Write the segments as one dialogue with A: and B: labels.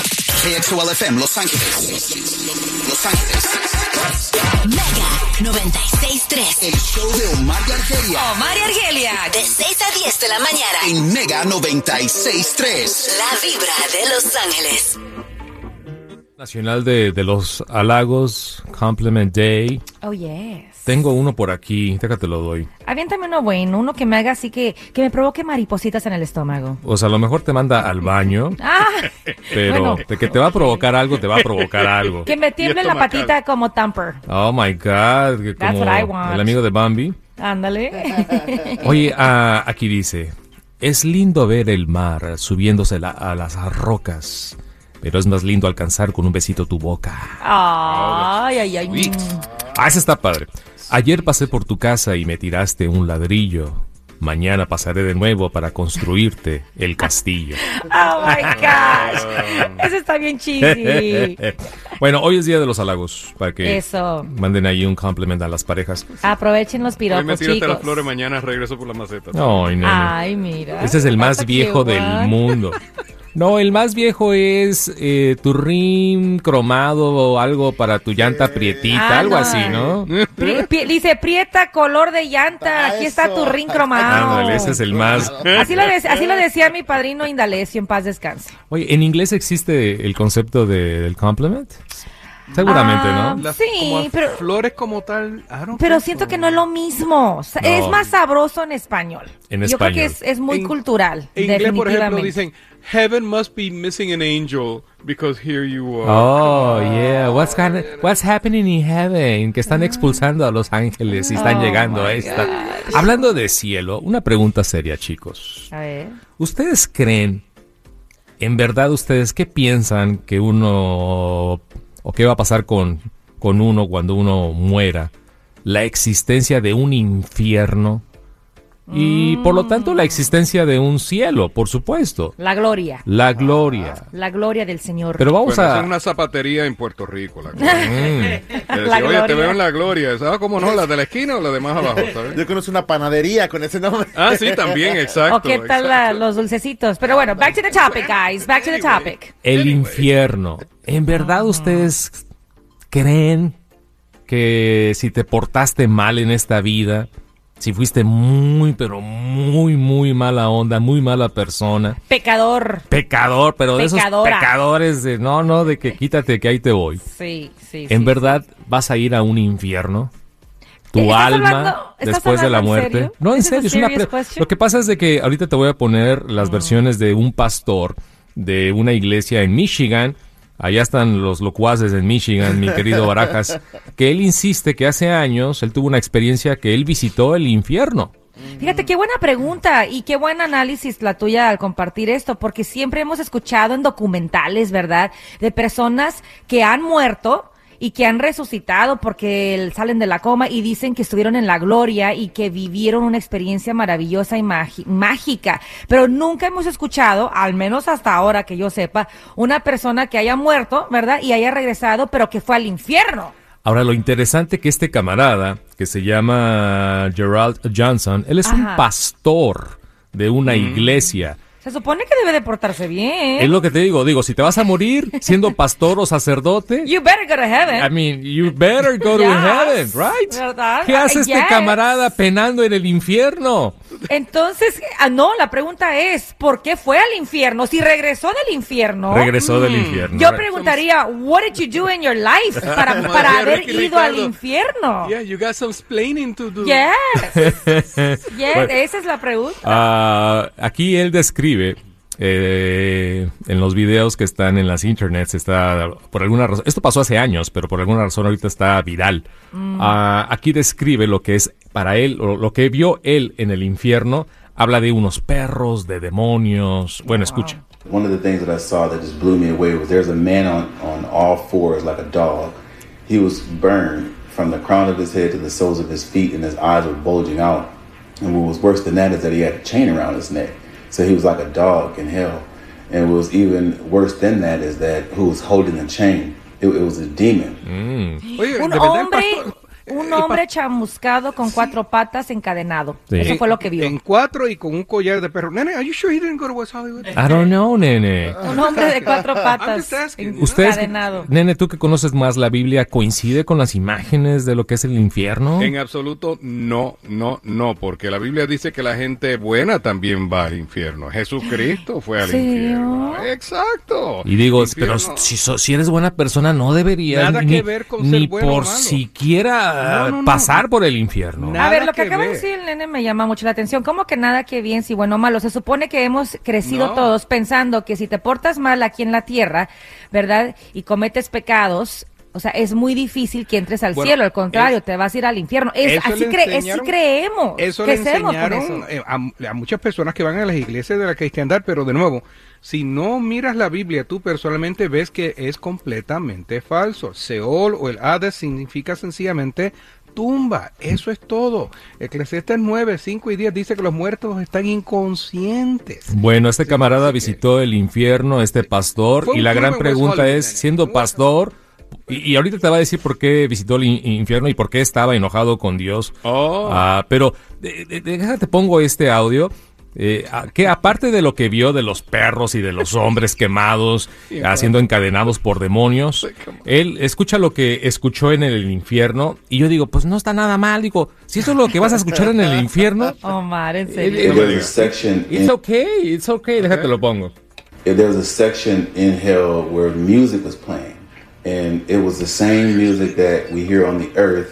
A: KXUL FM Los Ángeles. Los Ángeles.
B: Mega 96.3.
A: El show de Omar y Argelia
B: Omar y Argelia, de 6 a 10 de la mañana.
A: en Mega 96.3.
B: La vibra de Los Ángeles.
C: Nacional de, de los halagos, Compliment Day.
D: Oh, yes.
C: Tengo uno por aquí, déjate te lo doy.
D: Aviéntame uno bueno, uno que me haga así que, que me provoque maripositas en el estómago.
C: O sea, a lo mejor te manda al baño,
D: ¡Ah!
C: pero
D: Bueno.
C: de que te va a provocar algo, te va a provocar algo.
D: Que me tiemble la patita como tamper.
C: Oh my God, que
D: That's
C: como
D: what I want.
C: el amigo de Bambi.
D: Ándale.
C: Oye, ah, aquí dice, es lindo ver el mar subiéndose la- a las rocas, pero es más lindo alcanzar con un besito tu boca.
D: Ay, ay, ay.
C: Ah, ese está padre. Ayer pasé por tu casa y me tiraste un ladrillo. Mañana pasaré de nuevo para construirte el castillo.
D: Oh my gosh. Eso está bien cheesy.
C: bueno, hoy es Día de los Halagos, para que
D: Eso.
C: manden ahí un compliment a las parejas.
D: Aprovechen los
E: Hoy me
D: piropos,
E: tiraste
D: pues, chicos.
E: las flores, mañana regreso por la maceta.
C: Ay, no.
D: Ay, mira.
C: Ese es el
D: That's a
C: más
D: cute
C: viejo
D: one.
C: del mundo. No, el más viejo es eh, tu rim cromado o algo para tu llanta prietita,
D: Ah,
C: algo
D: no.
C: así, ¿no?
D: Pri- pi- dice, prieta, color de llanta. Aquí está tu ring cromado.
C: Ándale, ese es el más...
D: Así lo, de- así lo decía mi padrino Indalecio, en paz descanse.
C: Oye, ¿en inglés existe el concepto de- del compliment? Seguramente, ¿no?
D: Ah, sí,
E: como
D: pero-
E: flores como tal. I don't
D: Pero
E: think
D: siento
E: so.
D: que no es lo mismo. O sea,
C: No.
D: Es más sabroso en español.
C: En
D: Yo creo
C: español.
D: que es, es muy
E: En-
D: cultural.
E: En inglés, por ejemplo,
D: definitivamente.
E: dicen, Heaven must be missing an angel because here you are.
C: Oh, yeah. What's, gonna- what's happening in heaven? Que están expulsando a los ángeles y están
D: Ah. Oh,
C: llegando a
D: my
C: esta. Hablando de cielo, una pregunta seria, chicos.
D: A ver.
C: ¿Ustedes creen, en verdad ustedes, qué piensan que uno, o qué va a pasar con, con uno cuando uno muera? La existencia de un infierno y por lo tanto la existencia de un cielo, por supuesto.
D: La gloria.
C: La gloria.
D: La gloria del Señor.
C: Pero vamos
E: Bueno, esa
C: a... Mm.
E: es una zapatería en Puerto Rico. La gloria. Te decía,
D: La
E: Oye, te
D: gloria".
E: veo en la gloria. ¿Sabes cómo no? ¿La de la esquina o la de más abajo? ¿sabes?
F: Yo conozco una panadería con ese nombre.
E: Ah, sí, también, exacto.
D: ¿O qué tal
E: exacto.
D: la- los dulcecitos? Pero bueno, back to the topic, guys. Back to the topic.
C: El infierno. ¿En verdad ustedes creen que si te portaste mal en esta vida, si fuiste muy, pero muy, muy mala onda, muy mala persona,
D: Pecador.
C: pecador, pero de esos
D: Pecadora.
C: pecadores de no, no, de que quítate que ahí te voy?
D: Sí, sí.
C: ¿En
D: sí.
C: verdad vas a ir a un infierno? Tu
D: ¿Estás
C: alma
D: hablando- estás
C: después de la
D: hablando en
C: muerte.
D: serio? Mm.
C: No, en
D: ¿This is a
C: serio, es una
D: serious
C: pre-
D: question?
C: Lo que pasa es de que ahorita te voy a poner las versiones de un pastor de una iglesia en Michigan. Allá están los locuaces en Michigan, mi querido Barajas, que él insiste que hace años él tuvo una experiencia que él visitó el infierno.
D: Fíjate, qué buena pregunta y qué buen análisis la tuya al compartir esto, porque siempre hemos escuchado en documentales, ¿verdad?, de personas que han muerto y que han resucitado porque el- salen de la coma y dicen que estuvieron en la gloria y que vivieron una experiencia maravillosa y magi- mágica. Pero nunca hemos escuchado, al menos hasta ahora que yo sepa, una persona que haya muerto, ¿verdad?, y haya regresado, pero que fue al infierno.
C: Ahora, lo interesante que este camarada, que se llama Gerald Johnson, él es
D: Ajá. Mm.
C: un pastor de una iglesia.
D: Se supone que debe de portarse bien.
C: Es lo que te digo, digo, si te vas a morir siendo pastor o sacerdote,
D: You better go to heaven.
C: I mean, you better go to
D: Yes,
C: heaven, right?
D: ¿verdad?
C: ¿Qué hace
D: Ah,
C: este
D: yes.
C: camarada penando en el infierno?
D: Entonces, ah, no, la pregunta es, ¿por qué fue al infierno? Si regresó del infierno,
C: Regresó del infierno.
D: Oh, mm. yo preguntaría, what did you do in your life para,
E: Como
D: para
E: decía
D: haber
E: Ricky
D: ido al
E: Ricardo.
D: infierno?
E: Yeah, you got some splaining to do.
D: Yes, yes,
C: Bueno.
D: esa es la pregunta.
C: Ah, aquí él describe eh, en los videos que están en las internets, está por alguna razón, esto pasó hace años, pero por alguna razón ahorita está viral.
D: Mm.
C: Ah, aquí describe lo que es para él, o lo que vio él en el infierno, habla de unos perros, de demonios. Bueno, escucha.
G: One of the things that I saw that just blew me away was there's a man on, on all fours like a dog. He was burned from the crown of his head to the soles of his feet, and his eyes were bulging out. And what was worse than that is that he had a chain around his neck. So he was like a dog in hell. And what was even worse than that is that who was holding the chain? It, it was a demon.
E: Oye,
D: Un
E: de verdad, el
D: hombre
E: pastor, Eh,
D: Un hombre chamuscado con cuatro patas encadenado.
C: Sí.
D: Eso
C: En-
D: fue lo que vio.
H: En cuatro y con un collar de perro. Nene, are you sure he didn't go to West Hollywood?
C: I don't know, nene.
D: Un hombre de cuatro
E: Ah,
H: I'm
D: patas
H: just asking.
C: Ustedes,
D: encadenado.
C: nene, tú que conoces más la Biblia, ¿coincide con las imágenes de lo que es el infierno?
E: En absoluto, no, no, no, porque la Biblia dice que la gente buena también va al infierno. Jesucristo fue al
D: Sí,
E: infierno.
D: ¿no?
E: Exacto.
C: Y digo, es- pero
E: Infierno.
C: si, so- si eres buena persona, no deberías
H: Nada
C: ni,
H: que ver con ser
C: ni
H: bueno o
C: por
H: malo.
C: siquiera
H: No, no, no.
C: pasar por el infierno.
H: Nada.
D: A ver, lo que,
H: que
D: acaba de
H: ver.
D: decir el nene me llama mucho la atención. ¿Cómo que nada que bien, si bueno o malo? Se supone que hemos crecido
H: No.
D: todos pensando que si te portas mal aquí en la tierra, ¿verdad? Y cometes pecados, o sea, es muy difícil que entres al
H: Bueno,
D: cielo. Al contrario,
H: es-
D: te vas a ir al infierno. Es,
H: Eso
D: así,
H: le
D: cre- es- sí
H: enseñaron-
D: creemos.
H: Eso le
D: crecemos con
H: enseñaron
D: eso.
H: eh, a, a muchas personas que van a las iglesias de la cristiandad, pero de nuevo, si no miras la Biblia, tú personalmente ves que es completamente falso. Seol o el Hades significa sencillamente tumba, eso es todo. Eclesiastes 9, 5 y 10 dice que los muertos están inconscientes.
C: Bueno, este camarada
H: así que-
C: visitó el infierno, este pastor,
H: Fue un
C: y la
H: tour
C: gran
H: en West
C: pregunta
H: Hollywood,
C: es,
H: nene.
C: siendo
H: Fue un
C: pastor, y, y ahorita te va a decir por qué visitó el in- infierno y por qué estaba enojado con Dios.
E: Oh.
C: Ah, pero de- de- de- déjate, pongo este audio. eh, a- que aparte de lo que vio de los perros y de los hombres quemados, haciendo encadenados por demonios, él escucha lo que escuchó en el infierno y yo digo, pues no está nada mal, digo, si eso es lo que vas a escuchar en el infierno,
D: Omar, Oh, en
C: Él-
D: serio.
G: If
C: No me
G: there's a
E: digas.
G: section in,
C: it's okay, it's okay, déjate lo pongo.
G: if there's a section in hell where music was playing, and it was the same music that we hear on the earth.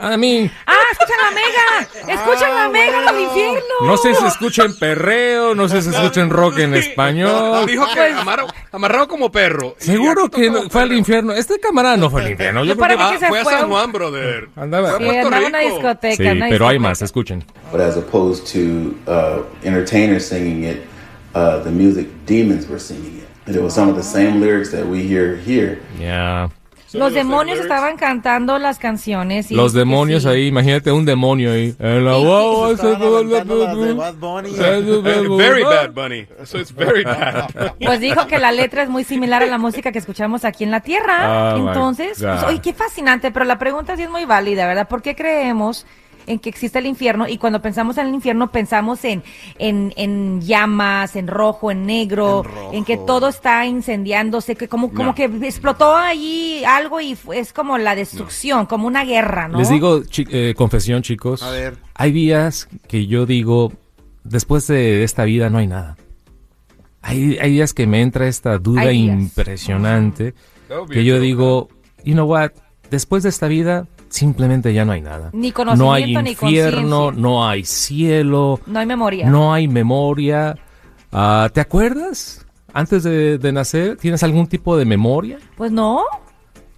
C: A mí,
D: ¡Ah, escuchan la mega! ¡Escuchan
H: Ah,
D: la mega en el infierno!
C: no sé si escuchen perreo, no sé si escuchen rock en
E: Sí.
C: español. Pues,
E: Dijo que amaro- amarrado como perro. Y
C: Seguro
E: aquí
C: que
E: tocó
C: no- fue al
E: perro.
C: infierno. Este camarada no fue al infierno. Yo
D: Yo para
C: creo
D: mí
E: Ah,
D: que se
E: fue a
D: fue
E: San
D: un-
E: Juan, brother.
C: que andaba.
D: Sí,
E: Puerto
D: andaba en una
E: Rico.
D: discoteca.
C: Sí,
D: una
C: pero hay
D: discoteca.
C: más, escuchen.
G: But as opposed to uh, entertainers singing it, uh, the music demons were singing it. And it was some of the same lyrics that we hear here.
C: Ya.
D: Los demonios estaban cantando las canciones. y
C: Los
D: que
C: demonios
D: sí.
C: ahí, imagínate un demonio ahí. En la guagua
F: Se estaban
C: se fue la-
F: aventando las de Bad Bunny.
E: Eh, Very bad, Bunny. So it's very bad.
D: Pues dijo que la letra es muy similar a la música que escuchamos aquí en la Tierra.
C: Ah, my
D: Entonces,
C: God.
D: pues, oye, qué fascinante, pero la pregunta sí es muy válida, ¿verdad? ¿Por qué creemos en que existe el infierno y cuando pensamos en el infierno pensamos en, en, en llamas, en rojo, en negro, en, que todo está incendiándose, que como, como
E: No.
D: que explotó allí algo y fue- es como la destrucción, como una guerra, ¿no?
C: Les digo, chi- eh, confesión, chicos.
F: A ver.
C: Hay días que yo digo, después de esta vida no hay nada. Hay, hay días que me entra esta duda
D: Hay días.
C: impresionante
E: Ujú.
C: que yo digo, you know what, después de esta vida simplemente ya no hay nada.
D: Ni
C: no hay
D: conocimiento, ni
C: infierno,
D: conciencia.
C: no hay cielo,
D: No hay memoria.
C: no hay memoria. Ah, ¿Te acuerdas? Antes de, de nacer, ¿tienes algún tipo de memoria?
D: Pues no.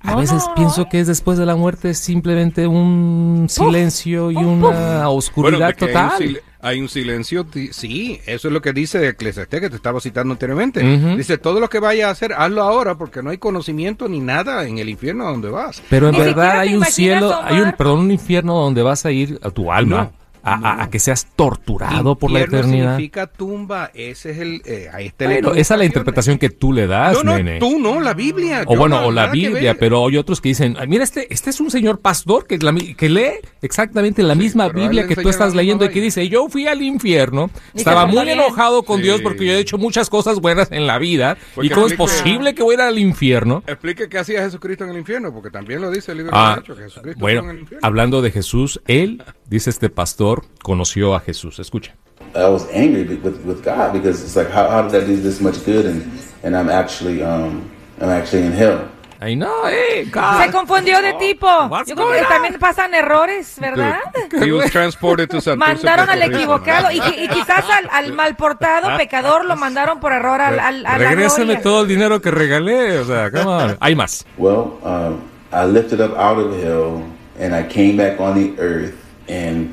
C: A
D: No,
C: veces
D: no, no.
C: pienso que es después de la muerte es simplemente un silencio y
D: un
C: una oscuridad
E: Bueno, de que hay un
C: total.
E: sil-
H: Hay un silencio, ti- sí, eso es lo que dice Eclesiastés que te estaba citando anteriormente.
C: Ujú.
H: Dice, todo lo que vayas a hacer, hazlo ahora porque no hay conocimiento ni nada en el infierno a donde vas.
C: Pero en
D: Ni siquiera
C: verdad
D: te
C: hay un
D: imaginas,
C: cielo, hay un
D: Omar.
C: perdón, un infierno donde vas a ir a tu alma a, a- a que seas torturado por la
H: Infierno
C: eternidad.
H: significa tumba, ese es el... eh, ahí está el-
C: Bueno, esa es la interpretación que tú le das,
H: No, no,
C: nene.
H: tú no, la Biblia.
C: O
H: Yo
C: bueno,
H: no,
C: o la
H: nada que
C: Biblia,
H: ver.
C: pero hay otros que dicen, "Ay, mira, este, este es un señor pastor que, la mi- que lee exactamente la misma
H: pero a él
C: Biblia
H: le
C: que tú
H: enseñaron
C: estás
H: una
C: leyendo y que
H: vaina".
C: dice, yo fui al infierno,
D: Y
C: estaba
D: que se
C: muy
D: fue bien.
C: enojado con Dios
E: Sí.
C: porque yo he hecho muchas cosas buenas en la vida,
E: Fue
C: y
E: que
C: cómo es
E: aplica-
C: posible que voy a ir al infierno.
H: Explique qué hacía Jesucristo en el infierno, porque también lo dice el libro
C: Ah,
H: de Hechos, que Jesucristo
C: bueno,
H: estuvo en el infierno.
C: hablando de Jesús, él, dice este pastor, conoció a Jesús. Escucha.
G: I was angry be- with, with God because it's like, how, how did I do this much good and, and I'm actually um, I'm actually in hell?
C: Ay, no, eh,
D: Se
C: God.
D: confundió de tipo.
C: What's
D: Yo creo que
C: going on?
D: también pasan errores, ¿verdad?
E: He was transported to Santurce,
D: Mandaron al
E: Puerto Rico.
D: equivocado y, qui- y quizás al, al
E: Ah.
D: malportado pecador lo mandaron por error al, al, a la
C: Regrésame
D: gloria.
C: todo el dinero que regalé, o sea, come on. Hay más.
G: Well, um, I lifted up out of hell and I came back on the earth, and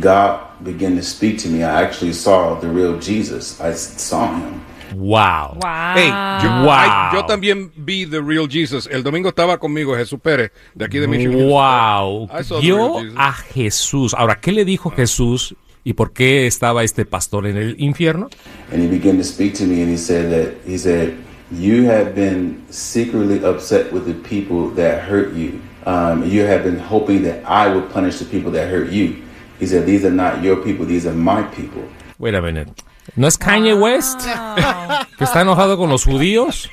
G: God began to speak to me. I actually saw the real Jesus. I s- saw him.
C: Wow.
D: Wow.
E: Hey, yo,
C: Wow.
E: ay, yo también vi The Real Jesus. El domingo estaba conmigo Jesús Pérez, de aquí de Michigan. Ah,
C: Wow,
E: I saw the
C: vio
E: real Jesus.
C: a Jesús. Ahora, ¿qué le dijo Jesús y por qué estaba este pastor en el infierno?
G: And he began to speak to me, and he said that he said, "You have been secretly upset with the people that hurt you, um, you have been hoping that I would punish the people that hurt you. He said, These are not your people, these are my people.
C: Wait a minute. ¿No es Kanye West? ¿Que está enojado con los judíos?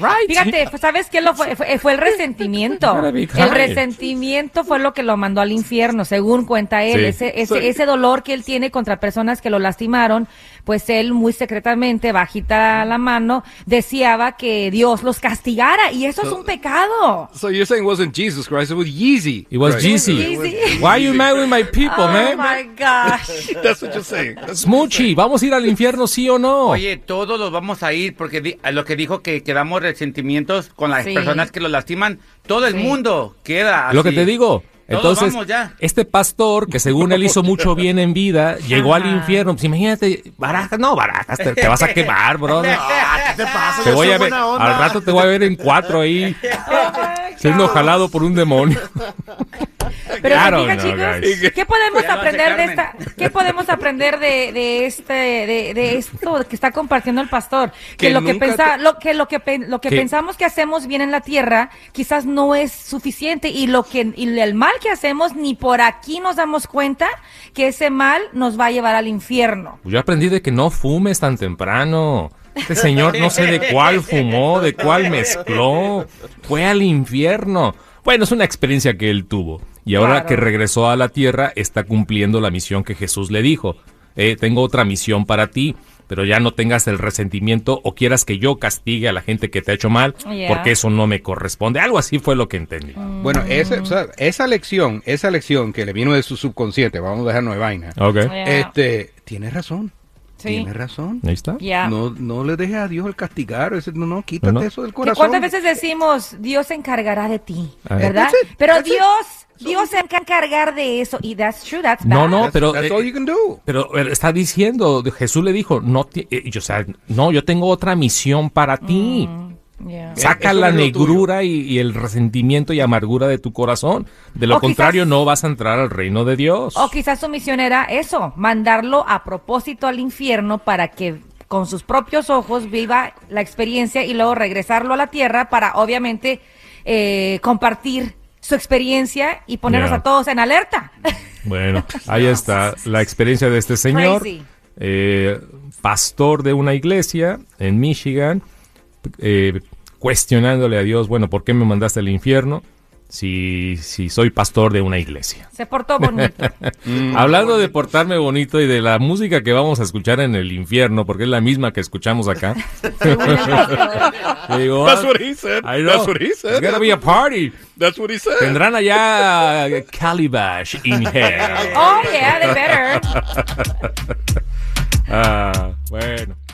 C: Right.
D: Fíjate, pues, ¿sabes qué? Lo fue, fue, fue el resentimiento.
C: Gotta be
D: El
C: kind.
D: resentimiento fue lo que lo mandó al infierno, según cuenta él.
E: Sí.
D: Ese, ese, ese dolor que él tiene contra personas que lo lastimaron, pues él muy secretamente, bajita la mano, deseaba que Dios los castigara. Y eso es un pecado.
E: So you're saying it wasn't Jesus Christ, it was Yeezy.
C: It was
E: Christ.
C: Jeezy.
D: Easy.
C: Why you mad with my people,
D: Oh
C: man?
D: my gosh.
E: That's what you're saying. That's-
C: Smoochie, ¿vamos a ir al infierno sí o no?
I: Oye, todos los vamos a ir porque di- a lo que dijo que quedamos resentimientos con las
D: Sí.
I: personas que lo lastiman, todo el
D: Sí.
I: mundo queda así.
C: Lo que te digo.
I: Todos
C: Entonces,
I: vamos ya.
C: este pastor, que según él hizo mucho bien en vida, llegó al
D: Ajá.
C: infierno. Pues imagínate, barajas, no, barajas, te, te vas a quemar, bro.
F: ¿Qué te pasa?
C: Ah, Te
F: Yo
C: voy
F: soy
C: a ver, al
F: buena onda.
C: rato te voy a ver en cuatro ahí,
D: Oh
C: siendo jalado por un demonio.
D: Pero
C: Claro,
D: diga,
C: no,
D: chicos,
C: guys.
D: ¿qué podemos
I: Ya lo hace
D: aprender de esta?
I: Carmen.
D: ¿Qué podemos aprender de, de este de, de esto que está compartiendo el pastor? Que,
H: Que
D: lo que
H: nunca
D: pensa,
H: te-
D: lo que lo que pen- lo que,
C: Que-
D: pensamos que hacemos bien en la tierra quizás no es suficiente y lo que y el mal que hacemos ni por aquí nos damos cuenta que ese mal nos va a llevar al infierno.
C: Yo aprendí de que no fumes tan temprano. Este señor no sé de cuál fumó, de cuál mezcló. Fue al infierno. Bueno, es una experiencia que él tuvo. Y ahora
D: Claro.
C: que regresó a la tierra, está cumpliendo la misión que Jesús le dijo. Eh, tengo otra misión para ti, pero ya no tengas el resentimiento o quieras que yo castigue a la gente que te ha hecho mal,
D: Yeah.
C: porque eso no me corresponde. Algo así fue lo que entendí.
H: Bueno, ese- o sea, esa lección, esa lección que le vino de su subconsciente, vamos a dejarnos de vaina.
C: Ok.
D: Yeah.
H: Este, tienes razón.
D: Sí.
H: Tienes razón.
C: Ahí está.
D: Ya.
H: No, no le dejes a Dios el castigar. ese- No, no, quítate
C: No, no.
H: eso del
D: Que
H: corazón.
D: cuántas veces decimos, Dios se encargará de ti,
C: Ah.
D: ¿verdad?
H: That's it,
D: Pero
H: that's it.
D: Dios, Dios se va a encargar de eso y that's true, that's bad.
C: No, no,
H: That's-
C: pero
H: that's
C: eh,
H: all you can do.
C: Pero eh, está diciendo, de- Jesús le dijo, no, ti- eh, yo, o sea, no, yo tengo otra misión para ti.
D: Mm. Yeah.
C: Saca
H: Eso
C: la
H: es lo
C: negrura y, y el resentimiento y amargura de tu corazón. De lo
D: O
C: contrario,
D: quizás-
C: no vas a entrar al reino de Dios.
D: O quizás su misión era eso, mandarlo a propósito al infierno para que con sus propios ojos viva la experiencia y luego regresarlo a la tierra para obviamente eh, compartir su experiencia y ponernos
C: Yeah.
D: a todos en alerta.
C: Bueno, ahí está la experiencia de este señor,
D: Crazy.
C: eh, pastor de una iglesia en Michigan, eh, cuestionándole a Dios, bueno, ¿por qué me mandaste al infierno si, si soy pastor de una iglesia?
D: Se portó bonito. Mm.
C: Hablando de portarme bonito y de la música que vamos a escuchar en el infierno, porque es la misma que escuchamos acá.
D: según el pastor.
C: le digo,
E: That's
C: "Ah,
E: what he said.
C: I know,
E: That's what he
C: it's
E: said.
C: gonna be a party.
E: That's what he said.
C: Tendrán allá eh, Calibash in hell.
D: Oh, yeah, they better.
C: Ah, bueno.